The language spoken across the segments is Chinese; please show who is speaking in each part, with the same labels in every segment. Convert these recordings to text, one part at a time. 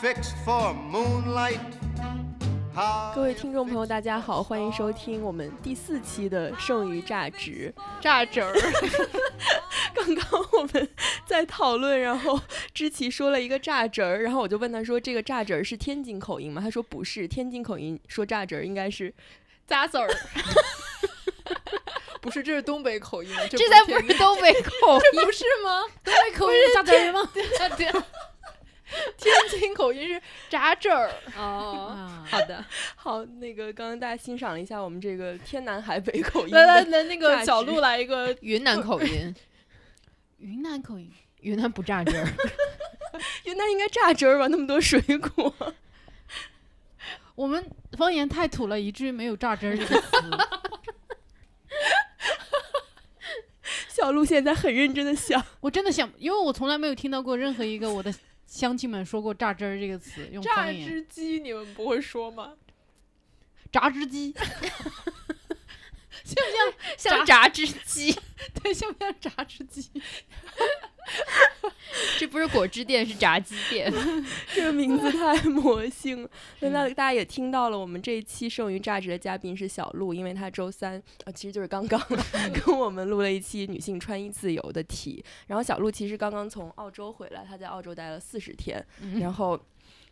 Speaker 1: fixed for moonlight.
Speaker 2: 各位听众朋友，大家好，欢迎收听我们第四期的《剩余榨汁》。
Speaker 3: 榨汁儿，
Speaker 2: 刚刚我们在讨论，然后知奇说了一个榨汁儿，然后我就问他说：“这个榨汁儿是天津口音吗？”他说：“不是，天津口音说榨汁儿应该是
Speaker 3: 咂子儿。不是，这是东北口 音，这
Speaker 4: 这才
Speaker 3: 不
Speaker 4: 不
Speaker 3: 是
Speaker 4: 是东北口 音，
Speaker 3: 不是吗？
Speaker 4: 东北口音榨汁儿吗？
Speaker 3: 对对， 天津口音是榨汁儿哦。
Speaker 4: 啊，
Speaker 3: 好的，
Speaker 2: 好。”那个刚刚大家欣赏了一下我们这个天南海北口音
Speaker 3: 来来
Speaker 2: 的
Speaker 3: 来，那
Speaker 2: 榨
Speaker 3: 个
Speaker 2: 汁
Speaker 3: 小鹿来一个，
Speaker 4: 云南 口音，
Speaker 5: 云南口音，
Speaker 4: 云南不榨汁儿，
Speaker 2: 云南应该榨汁儿吧？那么多水果，
Speaker 5: 我们方言太土了，以至于没有“榨汁儿”这个词。
Speaker 2: 小鹿现在很认真的想，
Speaker 5: 我真的想，因为我从来没有听到过任何一个我的乡亲们说过“榨汁儿”这个词，用
Speaker 3: 榨
Speaker 5: 方言
Speaker 3: 汁机，你们不会说吗？
Speaker 5: 榨 汁机，
Speaker 4: 像榨汁机，
Speaker 5: 对，像不像榨汁机？
Speaker 4: 这不是果汁店，是炸鸡店。
Speaker 2: 这个名字太魔性了。那大大家也听到了，我们这一期剩余榨汁的嘉宾是小鹿，因为她周三啊，其实就是刚刚跟我们录了一期女性穿衣自由的题。然后小鹿其实刚刚从澳洲回来，她在澳洲待了四十天，然后。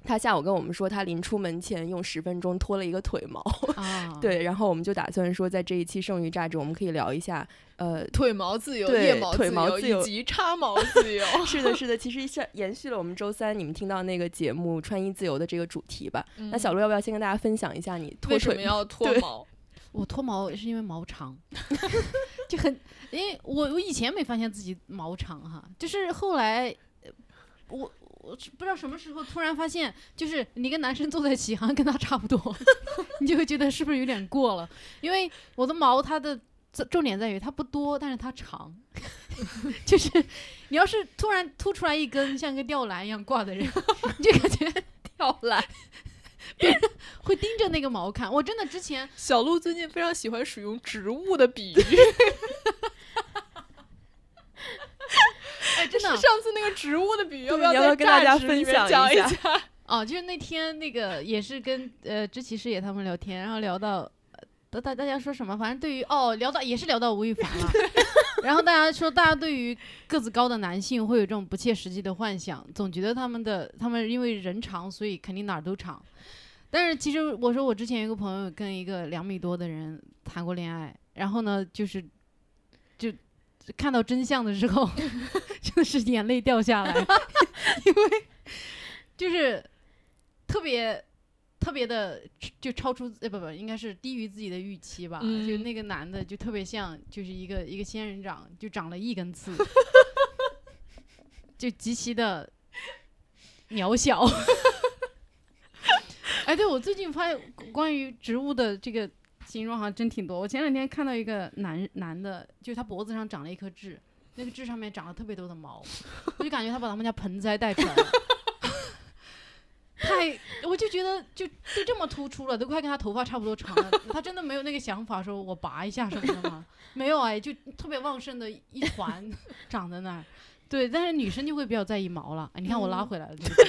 Speaker 2: 她下午跟我们说，她临出门前用十分钟脱了一个腿毛，
Speaker 5: 啊，，
Speaker 2: 对，然后我们就打算说，在这一期剩余榨汁，我们可以聊一下，呃，
Speaker 3: 腿毛自由、
Speaker 2: 对
Speaker 3: 腋毛
Speaker 2: 腿
Speaker 3: 自
Speaker 2: 毛
Speaker 3: 由
Speaker 2: 自由
Speaker 3: 以及插毛自 由。
Speaker 2: 是 的，是的，其实是延续了我们周三你们听到那个节目“穿衣自由”的这个主题吧。那小鹿要不要先跟大家分享一下你脱
Speaker 3: 嗯为什么
Speaker 2: 腿吗？
Speaker 3: 要脱
Speaker 2: 对
Speaker 3: 毛？
Speaker 5: 我脱毛是因为毛长， 就很，因为我我以前没发现自己毛长哈，就是后来呃我。我是不知道什么时候突然发现，就是你跟男生坐在一起，好像跟他差不多， 你就会觉得是不是有点过了？因为我的毛它的重重点在于它不多，但是它长， 就是你要是突然凸出来一根像个吊篮一样挂的人， 你就感觉
Speaker 4: 跳来，
Speaker 5: 会盯着那个毛看。我真的之前
Speaker 3: 小鹿最近非常喜欢使用植物的比喻，
Speaker 5: 哎，真的
Speaker 3: 是 上次那个植物的比喻，
Speaker 2: 对
Speaker 3: 不
Speaker 2: 要不要
Speaker 3: 要
Speaker 2: 跟大家分享
Speaker 3: 享
Speaker 2: 一
Speaker 3: 讲
Speaker 2: 下
Speaker 3: 下？
Speaker 5: 哦，就是那天那个也是跟呃知奇师爷他们聊天，然后聊到呃大大大家说什么，反正对于哦聊到也是聊到吴亦凡了，然后大家说大家对于个子高的男性会有这种不切实际的幻想，总觉得他们的他们因为人长，所以肯定哪儿都长。但是其实我说我之前有个朋友跟一个两米多的人谈过恋爱，然后呢就是就看到真相的时候，真的是眼泪掉下来， 因为就是特别特别的就超出呃不不应该是低于自己的预期吧，就
Speaker 3: 嗯
Speaker 5: 那个男的就特别像就是一个一个仙人掌，就长了一根刺，就极其的渺小。 哎，对我最近发现关于植物的这个形容好像真挺多。我前两天看到一个男男的，就是他脖子上长了一颗痣，那个痣上面长了特别多的毛，我就感觉他把他们家盆栽带出来了。太，我就觉得就就这么突出了，都快跟他头发差不多长了。他真的没有那个想法，说我拔一下什么的吗？没有哎，就特别旺盛的一团长在那儿。对，但是女生就会比较在意毛了。哎你看我
Speaker 2: 嗯
Speaker 5: 拉回来了，这个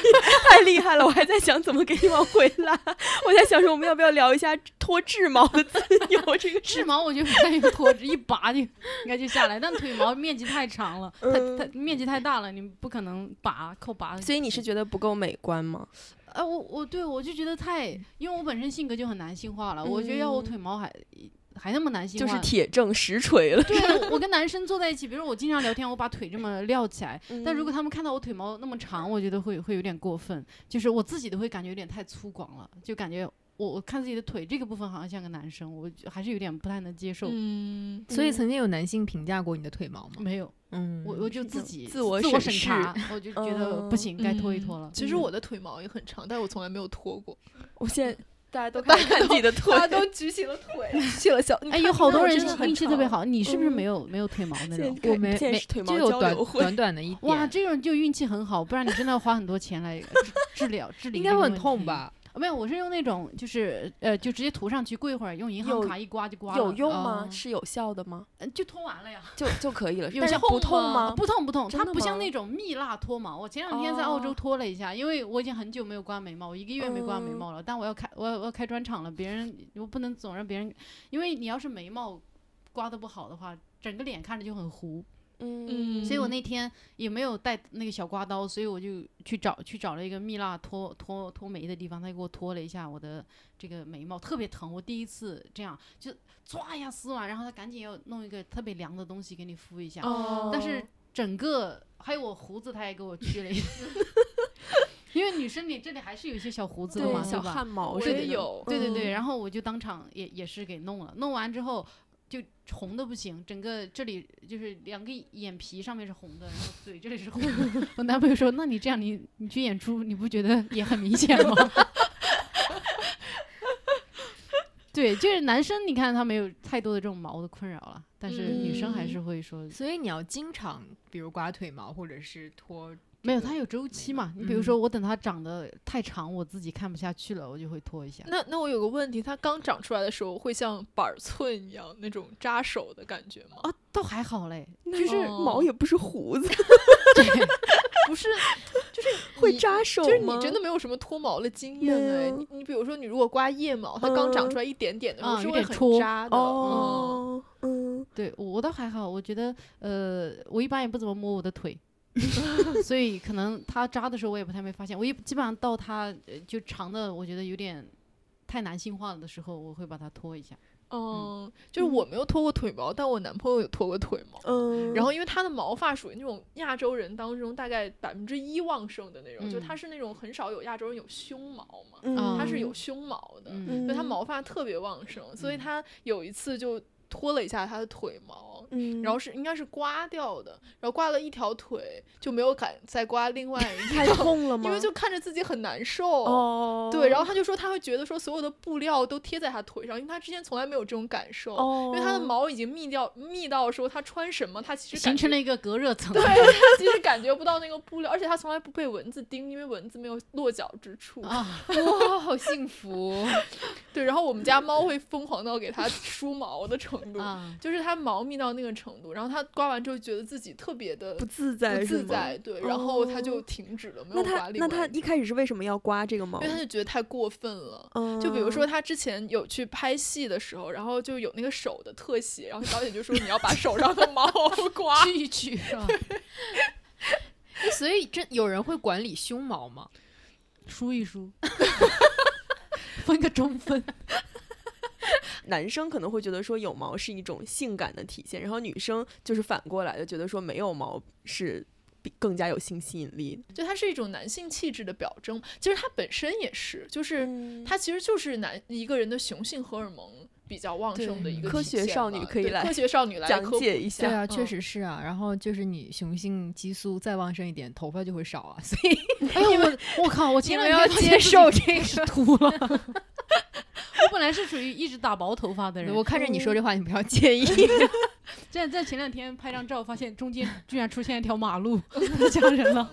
Speaker 2: 太厉害了！我还在想怎么给你往回拉，我在想说我们要不要聊一下脱智毛的自由这个
Speaker 5: 翅
Speaker 2: 事。
Speaker 5: 毛我就不太用拖着，一拔就应该就下来。但腿毛面积太长了，
Speaker 2: 嗯
Speaker 5: 它它面积太大了，你不可能拔靠 拔。
Speaker 2: 所以你是觉得不够美观吗？
Speaker 5: 啊，我我对我就觉得太，因为我本身性格就很男性化了，我觉得要我
Speaker 2: 嗯
Speaker 5: 腿毛还还那么男性
Speaker 2: 就
Speaker 5: 化，
Speaker 2: 是铁证实锤了。
Speaker 5: 对我我跟男生坐在一起，比如我经常聊天，我把腿这么撂起来，
Speaker 3: 嗯
Speaker 5: 但如果
Speaker 2: 他
Speaker 5: 他们看到我腿毛那么长，我觉得会会有点过分，就是我自己都会感觉有点太粗犷了，就感觉我我看自己的腿这个部分好像像个男生，我就还是有点不太能接受。
Speaker 3: 嗯，
Speaker 4: 所以曾经有男性评价过你的腿毛吗？
Speaker 5: 没有，
Speaker 4: 嗯
Speaker 5: 我我
Speaker 2: 是
Speaker 5: 就
Speaker 2: 一种
Speaker 5: 自己
Speaker 2: 自我
Speaker 5: 自我
Speaker 2: 审
Speaker 5: 审
Speaker 2: 视
Speaker 5: 查，我就觉得不
Speaker 2: 嗯
Speaker 5: 行，该脱一脱了。嗯
Speaker 3: 其实我的腿毛也很长，但是我从来没有脱过。
Speaker 2: 我现 在大家都开始看自己的腿
Speaker 3: 大，家都举起 了腿，举起了小。
Speaker 5: 哎，有好多人
Speaker 3: 真的很
Speaker 5: 运气特别
Speaker 3: 长
Speaker 5: 好，你是不是
Speaker 2: 嗯
Speaker 5: 没有没有腿毛那
Speaker 2: 现
Speaker 5: 种？
Speaker 2: 在
Speaker 4: 我没
Speaker 2: 现在
Speaker 4: 没
Speaker 2: 是腿
Speaker 4: 就
Speaker 2: 毛
Speaker 4: 有
Speaker 2: 交
Speaker 4: 短
Speaker 2: 流会。
Speaker 4: 短短的一点，
Speaker 5: 哇，这种就运气很好，不然你真的要花很多钱来治疗治理。
Speaker 4: 应该会很痛？吧？
Speaker 5: 没有，我是用那种就是呃，就直接涂上去，过一会儿用银行
Speaker 2: 有
Speaker 5: 卡一刮就刮了，
Speaker 2: 有用吗？
Speaker 5: 嗯
Speaker 4: 哦
Speaker 2: 是有效的吗？
Speaker 5: 呃就脱完了呀。
Speaker 2: 就就可以了，
Speaker 5: 有
Speaker 2: 但是
Speaker 5: 效
Speaker 2: 不痛
Speaker 5: 啊
Speaker 2: 吗？
Speaker 5: 不痛不痛，
Speaker 2: 真
Speaker 5: 它
Speaker 2: 的
Speaker 5: 不像
Speaker 2: 吗
Speaker 5: 那种蜜蜡脱毛。我前两天在澳洲
Speaker 2: 哦
Speaker 5: 脱了一下，因为我已经很久没有刮眉毛，我一个月没刮眉
Speaker 2: 嗯
Speaker 5: 毛了。但我要开我要我要开专场了，别人我不能总让别人，因为你要是眉毛刮的不好的话，整个脸看着就很糊。
Speaker 2: 嗯，
Speaker 5: 所以我那天也没有带那个小刮刀，所以我就去找去找了一个蜜蜡脱脱脱眉的地方，他给我脱了一下我的这个眉毛，特别疼。我第一次这样就唰一下撕完，然后他赶紧要弄一个特别凉的东西给你敷一下，
Speaker 2: 哦
Speaker 5: 但是整个还有我胡子，他也给我去了一 次，因为女生你这里还是有一些小胡子的
Speaker 2: 对
Speaker 5: 嘛，
Speaker 2: 小
Speaker 5: 对吧？
Speaker 2: 汗毛
Speaker 3: 我
Speaker 2: 是
Speaker 3: 也有，
Speaker 5: 对对
Speaker 2: 嗯
Speaker 5: 对，然后我就当场也也是给弄了，弄完之后就红的不行，整个这里就是两个眼皮上面是红的，然后嘴这里是红 的。我男朋友说：“那你这样你，你去演出，你不觉得也很明显吗？” 对，就是男生，你看他没有太多的这种毛的困扰了，但是女生还是会说，
Speaker 4: 所以你要经常，比如刮腿毛或者是脱
Speaker 5: 没有，它有周期嘛。你比如
Speaker 4: 嗯
Speaker 5: 说，我等它长得太长，我自己看不下去了，我就会拖一下。
Speaker 3: 那那我有个问题，它刚长出来的时候会像板寸一样那种扎手的感觉吗？
Speaker 5: 啊，倒还好嘞，
Speaker 2: 就是
Speaker 3: 哦
Speaker 2: 毛也不是胡子，
Speaker 3: 不是， 就是
Speaker 2: 会
Speaker 3: 你
Speaker 2: 扎手
Speaker 3: 就是
Speaker 2: 吗
Speaker 3: 你真的没有什么脱毛的经验
Speaker 2: 没
Speaker 3: 哎，
Speaker 2: 有
Speaker 3: 你你比如说你如果刮腋毛，它刚长出来一点点的时候
Speaker 5: 嗯
Speaker 3: 是
Speaker 5: 有
Speaker 3: 会
Speaker 5: 点戳
Speaker 3: 很扎的，嗯
Speaker 2: 哦，嗯，
Speaker 5: 对我我倒还好，我觉得呃，我一般也不怎么摸我的腿， 所以可能它扎的时候我也不太没发现。我一基本上到它呃就长的，我觉得有点太男性化了的时候，我会把它拖一下。
Speaker 3: 嗯，就是我没有脱过腿毛，但我男朋友有脱过腿毛。
Speaker 2: 嗯，
Speaker 3: 然后，因为他的毛发属于那种亚洲人当中大概百分之一旺盛的那种，就
Speaker 5: 嗯
Speaker 3: 他是那种很少有亚洲人有胸毛嘛，
Speaker 2: 嗯，
Speaker 3: 他是有胸毛的，
Speaker 5: 嗯，
Speaker 3: 所以他
Speaker 2: 嗯
Speaker 3: 毛发特别旺盛，所以
Speaker 5: 嗯
Speaker 3: 他有一次就脱了一下他的腿毛，
Speaker 2: 嗯，
Speaker 3: 然后是应该是刮掉的，然后刮了一条腿就没有敢再刮另外一
Speaker 2: 太
Speaker 3: 条，
Speaker 2: 痛了吗？
Speaker 3: 因为就看着自己很难受。
Speaker 2: 哦，
Speaker 3: 对，然后他就说他会觉得说所有的布料都贴在他腿上，因为他之前从来没有这种感受，
Speaker 2: 哦，
Speaker 3: 因为他的毛已经密掉密到说他穿什么他其实
Speaker 5: 形
Speaker 3: 感
Speaker 5: 成
Speaker 3: 觉
Speaker 5: 了一个隔热层。
Speaker 3: 对他其实感觉不到那个布料，而且他从来不被蚊子叮，因为蚊子没有落脚之处。
Speaker 5: 啊，
Speaker 4: 哇，好幸福！
Speaker 3: 对，然后我们家猫会疯狂到给它梳毛的程度，
Speaker 5: 啊，
Speaker 3: 就是它毛密到那个程度，然后它刮完之后觉得自己特别的
Speaker 2: 不自在，
Speaker 3: 不自。在，对，然后它就
Speaker 2: 哦
Speaker 3: 停止了，没
Speaker 2: 那
Speaker 3: 有刮
Speaker 2: 他
Speaker 3: 另
Speaker 2: 那
Speaker 3: 外
Speaker 2: 他
Speaker 3: 一
Speaker 2: 一开始是为什么要刮这个毛
Speaker 3: 因为？它就觉得太过分了。
Speaker 2: 嗯，
Speaker 3: 就比如说，他之前有去拍戏的时候，然后就有那个手的特写，然后导演就说你要把 手上的毛 刮，
Speaker 5: 去一去是吧？
Speaker 4: 诶所以真有人会管理胸毛吗？
Speaker 5: 梳一梳， 分个中分。
Speaker 2: 男生可能会觉得说有毛是一种性感的体现，然后女生就是反过来的觉得说没有毛是比更加有性吸引力
Speaker 3: 就它是一种男性气质的表征。其实它本身也是，就是
Speaker 2: 的。
Speaker 3: 它其实就是男一个人的雄性荷尔蒙比较旺盛的
Speaker 5: 对
Speaker 3: 一个
Speaker 2: 科
Speaker 3: 体
Speaker 2: 学
Speaker 3: 现
Speaker 2: 少
Speaker 3: 吧
Speaker 2: 女可以
Speaker 3: 对
Speaker 2: 来
Speaker 3: 科学少女来
Speaker 2: 讲
Speaker 3: 科普
Speaker 2: 解一
Speaker 3: 下
Speaker 2: 下
Speaker 4: 啊，
Speaker 3: 嗯
Speaker 4: 确实是啊。然后就是你雄性激素再旺盛一点，头发就会少啊。所 以
Speaker 5: 哎呦我我靠！我前
Speaker 4: 你
Speaker 5: 两
Speaker 4: 们
Speaker 5: 天发现
Speaker 4: 要接
Speaker 5: 自己
Speaker 4: 受这个。
Speaker 5: 秃了，我本来是属于一直打薄头发的人，
Speaker 4: 我看着你说这话，你不要介意。
Speaker 5: 在在前两天拍张照，发现中间居然出现一条马路， 太吓人了。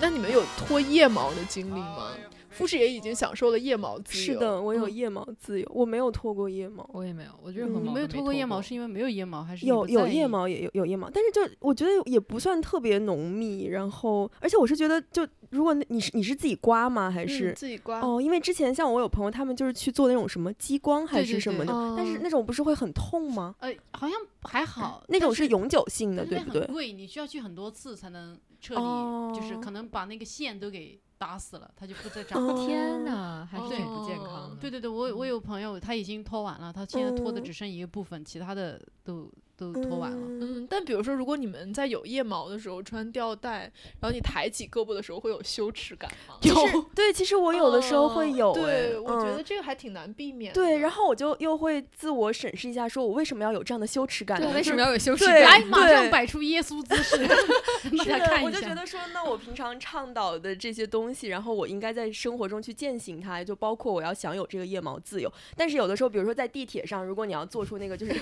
Speaker 3: 那你们有脱腋毛的经历吗？富士也已经享受了腋毛自
Speaker 2: 嗯是
Speaker 3: 由，
Speaker 2: 的，我有
Speaker 3: 嗯
Speaker 2: 腋毛自由，我没有脱过腋毛。
Speaker 4: 我也没有，我任何
Speaker 2: 嗯
Speaker 4: 毛
Speaker 5: 你
Speaker 4: 都
Speaker 5: 没有脱
Speaker 4: 脱
Speaker 5: 过腋毛，是因为没有腋毛，还是你
Speaker 2: 有
Speaker 5: 不
Speaker 2: 有
Speaker 5: 在
Speaker 2: 腋
Speaker 5: 意？
Speaker 2: 毛也有有腋毛，但是就我觉得也不算特别浓密。然后，而且我是觉得就，如果你是你是自己刮吗？还
Speaker 3: 嗯
Speaker 2: 是、
Speaker 3: 自己刮。
Speaker 2: 哦？因为之前像我有朋友，他们就是去做那种什么激光还
Speaker 5: 对
Speaker 2: 是
Speaker 5: 对
Speaker 2: 什么
Speaker 5: 对
Speaker 2: 的，但是
Speaker 3: 哦
Speaker 2: 那种不是会很痛吗？
Speaker 5: 呃，好像还好，
Speaker 2: 那
Speaker 5: 但
Speaker 2: 种是永久性的，
Speaker 5: 但
Speaker 2: 对
Speaker 5: 是那
Speaker 2: 不
Speaker 5: 很
Speaker 2: 对？
Speaker 5: 贵，你需要去很多次才能彻底，就是
Speaker 2: 哦
Speaker 5: 可能把那个线都给打死了，它就不再长。
Speaker 2: 哦
Speaker 4: 天哪，还是
Speaker 3: 对
Speaker 4: 挺不健康的。
Speaker 5: 对对对，我我有朋友他已经脱完了，他现在脱的
Speaker 2: 嗯
Speaker 5: 只剩一个部分，其他的都都脱完了。
Speaker 2: 嗯
Speaker 3: 嗯，但比如说，如果你们在有腋毛的时候穿吊带，然后你抬起胳膊的时候会有羞耻感吗？
Speaker 2: 其实 对，其实我有的时候会
Speaker 3: 嗯
Speaker 2: 有、哎
Speaker 3: 对，我觉
Speaker 2: 嗯
Speaker 3: 得这个还挺难避免的。
Speaker 2: 对，然后我就又会自我审视一下，说我为什么要有这样的羞耻感呢？
Speaker 4: 对，为
Speaker 2: 就
Speaker 4: 什
Speaker 2: 是
Speaker 4: 么要有羞耻
Speaker 2: 对
Speaker 4: 感？
Speaker 5: 来，马上
Speaker 2: 对
Speaker 5: 摆出耶稣 姿势，让
Speaker 2: 是
Speaker 5: 大
Speaker 2: 的
Speaker 5: 家看，
Speaker 2: 我
Speaker 5: 一
Speaker 2: 就觉
Speaker 5: 下。
Speaker 2: 得说，那我平常倡导的这些东西，然后我应该在生活中去践行它，就包括我要 享有这个腋毛自由。但是有的时候，比如说在地铁上，如果你要做出那个就是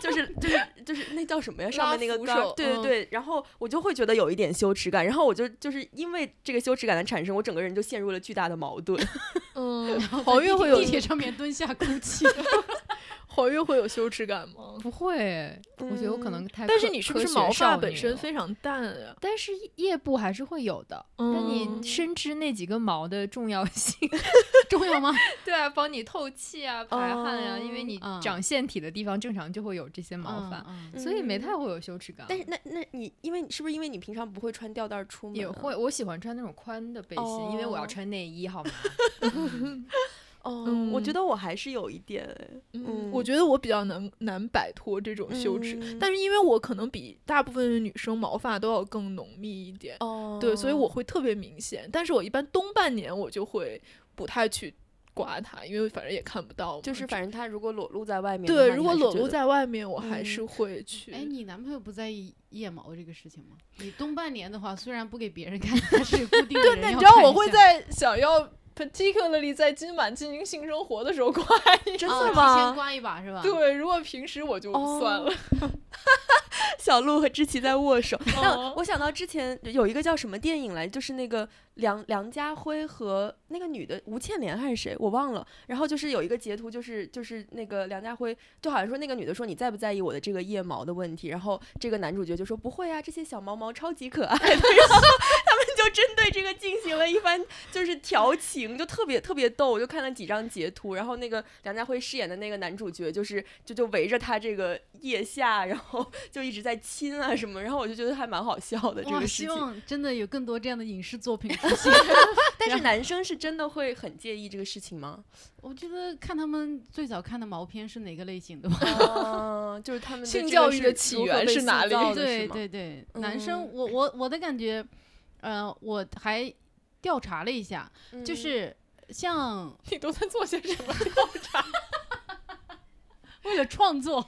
Speaker 2: 就是就是个就是那叫什么呀？上面那个
Speaker 3: 扶
Speaker 2: 杆儿
Speaker 3: 手
Speaker 2: 对对
Speaker 5: 嗯
Speaker 2: 对。然后我就会觉得有一点羞耻感，然后我就就是因为这个羞耻感的产生，我整个人就陷入了巨大的矛盾。
Speaker 3: 嗯，
Speaker 5: 然后
Speaker 3: 黄
Speaker 5: 在
Speaker 3: 月
Speaker 5: 地
Speaker 3: 会
Speaker 5: 铁
Speaker 3: 有
Speaker 5: 地铁上面蹲下哭泣。
Speaker 3: 黄月会有羞耻感吗？
Speaker 4: 不会，我觉得我可
Speaker 2: 嗯
Speaker 4: 能太科。
Speaker 3: 但是你是不是
Speaker 4: 科学
Speaker 3: 毛
Speaker 4: 少
Speaker 3: 发本
Speaker 4: 女
Speaker 3: 身
Speaker 4: 了
Speaker 3: 非常淡啊？
Speaker 4: 但是夜部还是会有的，但
Speaker 3: 嗯
Speaker 4: 你 深知那几根毛的重要性，
Speaker 5: 重要吗？
Speaker 4: 对啊，帮你透气啊、排汗啊，因为你
Speaker 5: 嗯
Speaker 4: 长腺体的地方正常就会有这些毛
Speaker 5: 嗯
Speaker 4: 发，
Speaker 5: 嗯
Speaker 4: 所以没
Speaker 2: 嗯
Speaker 4: 太会有羞耻感。
Speaker 2: 但是那那你因为是不是因为你平常不会穿吊带儿出门、啊
Speaker 4: 也会，我喜欢穿那种宽的背心，因为我要
Speaker 2: 哦
Speaker 4: 穿内衣，好吗？
Speaker 2: 哦，
Speaker 3: 嗯
Speaker 2: 我觉得我还是有一点哎，嗯
Speaker 3: 我觉得我比较难难摆脱这种羞耻，
Speaker 2: 嗯
Speaker 3: 但是因为我可能比大部分的女生毛发都要更浓密一点，
Speaker 2: 哦，
Speaker 3: 对，所以我会特别明显。但是我一般冬半年我就会不太去刮它，因为反正也看不到嘛。
Speaker 2: 就是
Speaker 3: 这
Speaker 2: 反正他如果裸露在外面的话，
Speaker 3: 对，
Speaker 2: 你
Speaker 3: 如果
Speaker 2: 还是
Speaker 3: 裸
Speaker 2: 觉
Speaker 3: 露
Speaker 2: 得
Speaker 3: 在外面，我还
Speaker 2: 嗯
Speaker 3: 是会去。
Speaker 5: 哎，你男朋友不在意腋毛这个事情吗？你东半年的话，虽然不给别人看，但是固定对
Speaker 3: 那你知道我会在想要 particularly 在今晚进行性生活的时候刮一
Speaker 2: 真
Speaker 5: 啊，
Speaker 2: 的
Speaker 5: 提前
Speaker 2: 吗？
Speaker 5: 刮一把是
Speaker 2: 啊
Speaker 5: 吧？
Speaker 3: 对，如果平时我就
Speaker 2: 哦
Speaker 3: 算了。
Speaker 2: 小鹿和知琪在握 手。那
Speaker 3: 哦
Speaker 2: 我想到之前有一个叫什么电影来，就是那个梁梁家辉和那个女的吴倩莲还是谁，我忘了。然后就是有一个截图，就是就是那个梁家辉，就好像说那个女的说你在不在意我的这个腋毛的问题，然后这个男主角就说不会啊，这些小毛毛超级可爱的。然 后他们就针对这个进行了一番就是调情，就特别特别逗。我就看了几张截图，然后那个梁家辉饰演的那个男主角，就是就就围着他这个腋下，然后就一直在亲啊什么，然后我就觉得还蛮好笑的这
Speaker 5: 哇，
Speaker 2: 个事
Speaker 5: 希
Speaker 2: 情。
Speaker 5: 望真的有更多这样的影视作品出现。
Speaker 2: 但是男生是真的会很介意这个事情 吗？
Speaker 5: 我觉得看他们最早看的毛片是哪个类型的吧？
Speaker 3: 哦
Speaker 2: 啊，就是他们
Speaker 3: 性教育的起源是哪里
Speaker 5: 对对对，男生，
Speaker 2: 嗯
Speaker 5: 我我我的感觉，呃，我还调查了一下，
Speaker 2: 对
Speaker 5: 就是像
Speaker 3: 你都在做 些什么？
Speaker 5: 为了创作，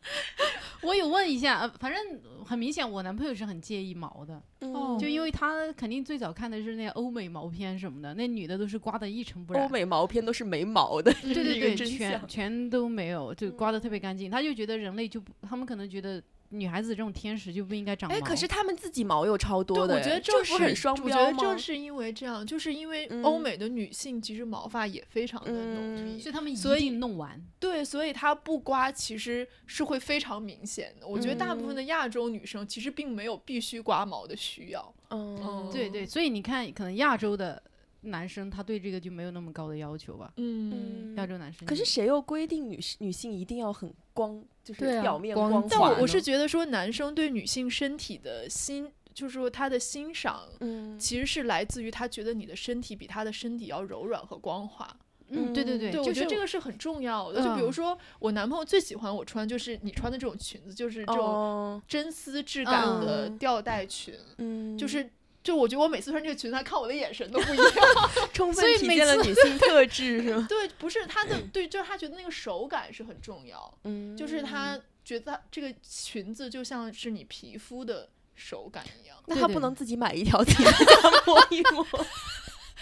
Speaker 5: 我有问一下，呃反正很明显，我男朋友是很介意毛的，
Speaker 3: 嗯
Speaker 4: 哦
Speaker 5: 就因为他肯定最早看的是那欧美毛片什么的，那女的都是刮的一尘不染
Speaker 2: 欧，美毛片都是没毛的，
Speaker 5: 对对
Speaker 2: 一个
Speaker 5: 对，
Speaker 2: 真
Speaker 5: 全
Speaker 2: 相
Speaker 5: 全都没有，就
Speaker 2: 嗯
Speaker 5: 刮的特别干净。他就觉得人类就不，他们可能觉得女孩子这种天使就不应该长毛。
Speaker 2: 哎，可是他们自己毛有超
Speaker 3: 对，
Speaker 2: 多的
Speaker 3: 我
Speaker 2: 哎，
Speaker 3: 觉得
Speaker 2: 这
Speaker 3: 正
Speaker 2: 不是
Speaker 3: 是
Speaker 2: 很双
Speaker 3: 我觉
Speaker 2: 标
Speaker 3: 得
Speaker 2: 吗？
Speaker 3: 正是因为这样，就是因为欧
Speaker 2: 嗯
Speaker 3: 美的女性其实毛发也非常的浓
Speaker 2: 嗯
Speaker 3: 密，
Speaker 5: 所以他们一
Speaker 3: 所以
Speaker 5: 定弄完。
Speaker 3: 对，所以它不刮其实是会非常明显的。我觉得大
Speaker 2: 嗯
Speaker 3: 部分的亚洲女生其实并没有必须刮毛的需要。
Speaker 2: 嗯，
Speaker 5: 对对，所以你看，可能亚洲的男生他对这个就没有那么高的要求吧。
Speaker 3: 嗯，
Speaker 5: 亚洲男生
Speaker 2: 可
Speaker 5: 就是
Speaker 2: 谁又规定女士女性一定要很光，就是
Speaker 4: 对啊
Speaker 2: 表面
Speaker 4: 光
Speaker 2: 光滑呢？
Speaker 3: 但我我是
Speaker 4: 呢
Speaker 3: 觉得说，男生对女性身体的欣，就是说他的欣赏，
Speaker 2: 嗯，
Speaker 3: 其实是来自于他觉得你的身体比他的身体要柔软和光滑。
Speaker 5: 嗯，对
Speaker 2: 嗯
Speaker 5: 对对，
Speaker 3: 对，
Speaker 5: 就
Speaker 3: 我觉
Speaker 5: 是
Speaker 3: 得这个是很重要的。就比如
Speaker 5: 嗯
Speaker 3: 说，我男朋友最喜欢我穿就是你穿的这种裙子，就是这种
Speaker 2: 哦，
Speaker 3: 真丝质感的
Speaker 2: 嗯
Speaker 3: 吊带裙，
Speaker 2: 嗯，
Speaker 3: 就是。 就我觉得我每次穿这个裙子，他看我的眼神都不一 样。
Speaker 2: 充分
Speaker 3: 所以
Speaker 2: 体
Speaker 3: 每
Speaker 2: 现了女性特质，是吗？
Speaker 3: 对，不是他的，对，就是他觉得那个手感是很重要，
Speaker 2: 嗯，
Speaker 3: 就是。他觉得他这个裙子就像是你皮肤的手感一样。
Speaker 2: 那
Speaker 5: 对
Speaker 2: 他
Speaker 5: 对
Speaker 2: 不能自己买一条 自己在家摸一摸，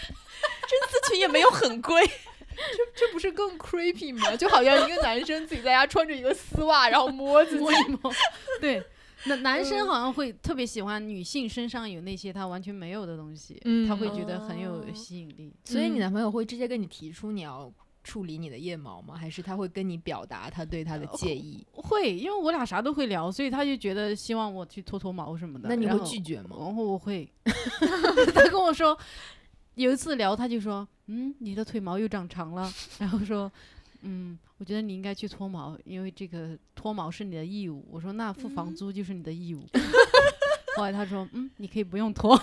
Speaker 2: 真丝裙也没有很贵，
Speaker 3: 这不是更 creepy 吗？就好像一个男生自己在家穿着一个丝袜，然后摸自己。
Speaker 5: 摸一 摸。对，那男
Speaker 2: 嗯
Speaker 5: 生好像会特别喜欢女性身上有那些他完全没有的东西，
Speaker 3: 嗯
Speaker 5: 他会觉得很有
Speaker 2: 哦
Speaker 5: 吸引力。
Speaker 4: 所以你男朋友会直接跟你提出你要处理你的腋毛吗？还是他会跟你表达他对他的
Speaker 5: 哦
Speaker 4: 介意？
Speaker 5: 会，因为我俩啥都会聊，所以他就觉得希望我去脱脱毛什么的。
Speaker 4: 那你
Speaker 5: 然
Speaker 4: 会
Speaker 5: 后
Speaker 4: 拒绝吗？
Speaker 5: 然后我会， 他跟我说，有一次聊，他就说，嗯，你的腿毛又长长了， 然后说，嗯，我觉得你应该去脱毛，因为这个脱毛是你的义务。我说那付房租就是你的义务。 后来他说，嗯，你可以不用脱。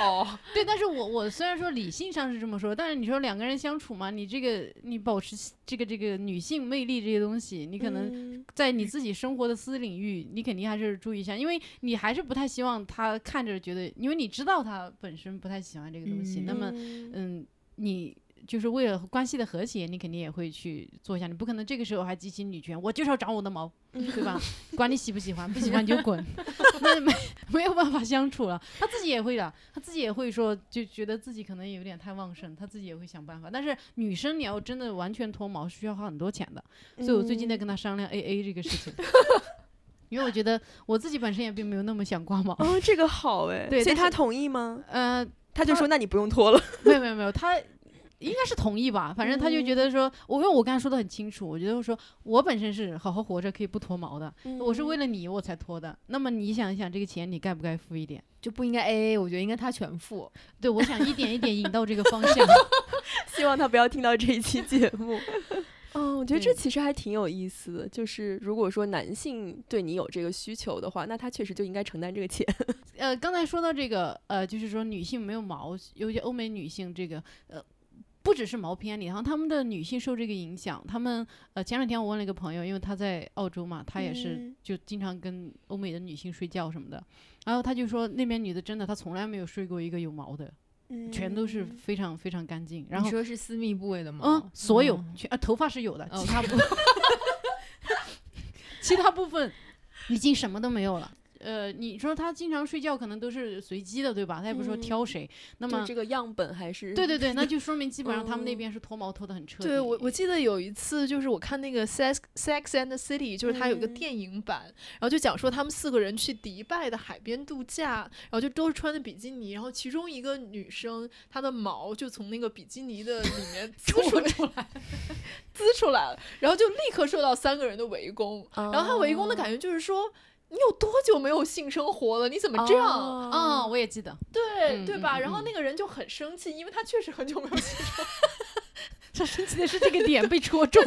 Speaker 3: 哦，
Speaker 5: 对，但是我我虽然说理性上是这么说，但是你说两个人相处嘛，你这个你保持这个这个女性魅力这些东西，你可能
Speaker 2: 能
Speaker 5: 在你自己生活的私领域，你肯定还是注意一下，因为你还是不太希望他看着觉得，因为你知道他本身不太喜欢这个东西，
Speaker 4: 嗯
Speaker 5: 那么嗯，你就是为了关系的和谐，你肯定也会去做一下。你不可能这个时候还激起女权，我就是要长我的毛， 对吧？管你喜不喜欢，不喜欢你就 滚，那没没有办法相处了。他自己也会的，他自己也会说，就觉得自己可能有点太旺盛，他自己也会想办法。但是女生你要真的完全脱毛，是需要花很多钱的。
Speaker 2: 嗯
Speaker 5: 所以我最近在跟他商量 A A 这个事情， 因为我觉得我自己本身也并没有那么想刮毛。
Speaker 2: 哦，这个好哎，
Speaker 5: 对
Speaker 2: 所以
Speaker 5: 但
Speaker 2: 他
Speaker 5: 是
Speaker 2: 同意吗？
Speaker 5: 呃，
Speaker 2: 他就说那你不用脱了，
Speaker 5: 没有没有没有，他应该是同意吧。反正他就觉得说，我因为我刚才说的很清楚，我觉得我说我本身是好好活着可以不脱毛的，我
Speaker 2: 嗯
Speaker 5: 是为了你我才脱的。那么你想一想，这个钱你该不该付一点？
Speaker 4: 就不应该 A A，我觉得应该他全付。
Speaker 5: 对，我想一点一点引到这个方向。
Speaker 2: 希望他不要听到这一期节 目。嗯，我觉得这
Speaker 5: 对
Speaker 2: 其实还挺有意思的，就是如果说男性对你有这个需求的话，那他确实就应该承担这个钱。
Speaker 5: 呃，刚才说到这个，呃，就是说女性没有毛，尤其欧美女性这个，呃。不只是毛偏离，然后她们的女性受这个影响，她们呃前两天我问了一个朋友，因为她在澳洲嘛，她也是
Speaker 2: 嗯
Speaker 5: 就经常跟欧美的女性睡觉什么的，然后她就说那边女的真的她从来没有睡过一个有毛的，全都是
Speaker 2: 嗯
Speaker 5: 非常非常干净，然
Speaker 4: 你
Speaker 5: 后
Speaker 4: 说是私密部位的毛，
Speaker 5: 嗯所有
Speaker 4: 嗯
Speaker 5: 全、啊、头发是有的，
Speaker 4: 哦
Speaker 5: 其他部其他部分 已经什么都没有了。呃，你说他经常睡觉可能都是随机的，对吧？他也不是说挑谁，那
Speaker 2: 就
Speaker 5: 么
Speaker 2: 这个样本还是
Speaker 5: 对对对，那就说明基本上他们那
Speaker 2: 嗯
Speaker 5: 边是脱毛脱的很彻底。
Speaker 3: 对我，我记得有一次，就是我看那个《Sex Sex and the City》，就是它有一个
Speaker 2: 嗯
Speaker 3: 电影版，然后就讲说他们四个人去迪拜的海边度假，然后就都是穿的比基尼，然后其中一个女生她的毛就从那个比基尼的里面
Speaker 5: 戳
Speaker 3: 滋出出来， 滋出来了，然后就立刻受到三个人的围攻，然后他围攻的感觉就是说。你有多久没有性生活了？你怎么这样？
Speaker 2: 哦
Speaker 5: 啊、我也记得，
Speaker 3: 对
Speaker 5: 嗯
Speaker 3: 对
Speaker 5: 嗯
Speaker 3: 吧？
Speaker 5: 嗯
Speaker 3: 然后
Speaker 5: 嗯
Speaker 3: 那个人就很生气，因为他确实很久没有 性
Speaker 5: 这神奇的是这个点被戳中。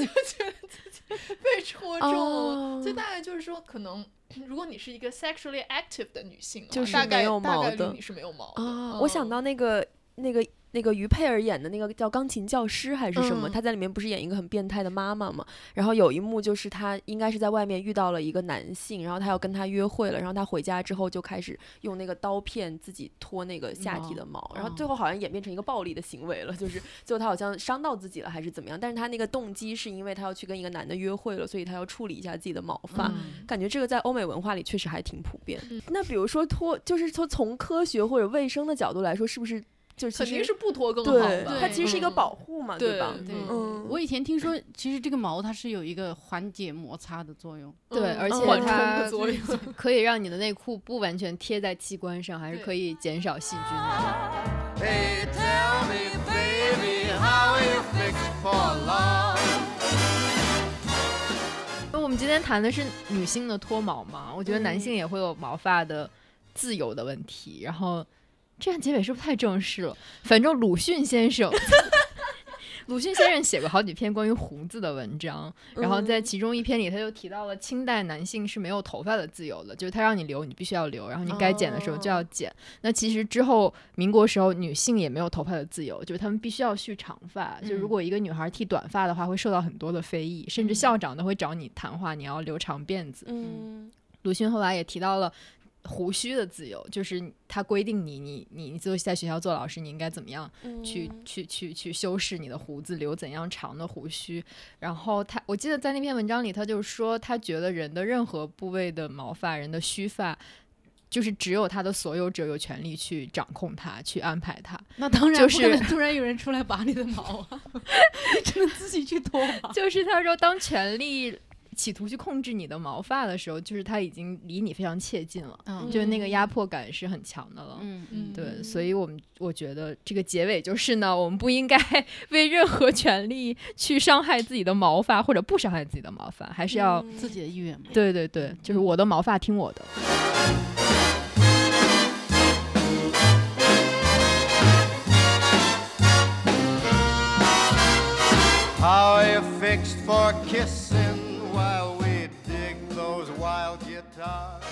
Speaker 3: 被戳中了，
Speaker 2: 哦
Speaker 3: 所以大概就是说，可能如果你是一个 sexually active 的女性的话，
Speaker 2: 就是
Speaker 3: 大概
Speaker 2: 没有毛
Speaker 3: 大概
Speaker 2: 的
Speaker 3: 率你是没有毛的。
Speaker 2: 啊，我想
Speaker 3: 嗯
Speaker 2: 到那个那个。那个于佩尔演的那个叫《钢琴教师》还是什么？
Speaker 3: 嗯
Speaker 2: 她在里面不是演一个很变态的妈妈嘛？然后有一幕就是她应该是在外面遇到了一个男性，然后她要跟他约会了，然后她回家之后就开始用那个刀片自己脱那个下体的毛，然后最后好像演变成一个暴力的行为了，就是最后她好像伤到自己了还是怎么样？但是她那个动机是因为她要去跟一个男的约会了，所以她要处理一下自己的毛发。
Speaker 5: 嗯
Speaker 2: 感觉这个在欧美文化里确实还挺普遍。
Speaker 3: 嗯
Speaker 2: 那比如说脱，就是说从科学或者卫生的角度来说，是不是就其
Speaker 3: 肯定
Speaker 2: 实
Speaker 3: 是不脱更好
Speaker 2: 对
Speaker 3: 吧？
Speaker 2: 它其实是一个
Speaker 3: 嗯
Speaker 2: 保护嘛，
Speaker 3: 对
Speaker 2: 吧？
Speaker 5: 对
Speaker 2: 嗯
Speaker 5: 我以前听说，其实这个毛它是有一个缓解摩擦的作用。
Speaker 4: 对，
Speaker 3: 嗯
Speaker 4: 而
Speaker 2: 缓冲
Speaker 4: 且它
Speaker 3: 的作 用
Speaker 4: 可以让你的内裤不完全贴在器官上，还是
Speaker 3: 对
Speaker 4: 可以减少细菌的。
Speaker 1: Hey, tell me, baby, how are you fixed for love?
Speaker 4: 那我们今天谈的是女性的脱毛嘛，我觉得男性也会有毛发的自由的问题。然后这样结尾是不是太正式了？反正鲁迅先生， 鲁迅先生写过好几篇关于胡子的文章，然后在其中一篇里他就提到了清代男性是没有头发的自由的，就是他让你留你必须要留，然后你该剪的时候就要剪。那其实之后民国时候女性也没有头发的自由，就是她们必须要蓄长发。就如
Speaker 5: 嗯
Speaker 4: 果一个女孩剃短发的话，会受到很多的非议，甚至
Speaker 5: 嗯
Speaker 4: 校长都会找你谈话，你要留长辫子。
Speaker 2: 嗯
Speaker 4: 鲁迅后来也提到了胡须的自由，就是他规定你，你你你就在学校做老师，你应该怎么样
Speaker 2: 嗯
Speaker 4: 去、去去去修饰你的胡子，留怎样长的胡须。然后他，我记得在那篇文章里，他就说，他觉得人的任何部位的毛发，人的须发。就是只有他的所有者有权利去掌控它，去安排它。
Speaker 5: 那当然，
Speaker 4: 就
Speaker 5: 不可能
Speaker 4: 是
Speaker 5: 突然有人出来拔你的毛啊， 你只能自己去脱吧。
Speaker 4: 就是他说，当权力企图去控制你的毛发的时候，就是他已经离你非常切近了，
Speaker 5: 嗯
Speaker 4: 就是那个压迫感是很强的了。
Speaker 5: 嗯
Speaker 3: 嗯
Speaker 4: 对，
Speaker 2: 嗯
Speaker 4: 所以我们我觉得这个结尾就是呢，我们不应该 为任何权利去伤害自己的毛发，或者不伤害自己的毛发，还是要、
Speaker 5: 嗯自己的意愿嘛。
Speaker 4: 对对对，就是
Speaker 5: 嗯
Speaker 4: 我的毛发听我的。
Speaker 1: How are you fixed for kissing while we dig those wild guitars?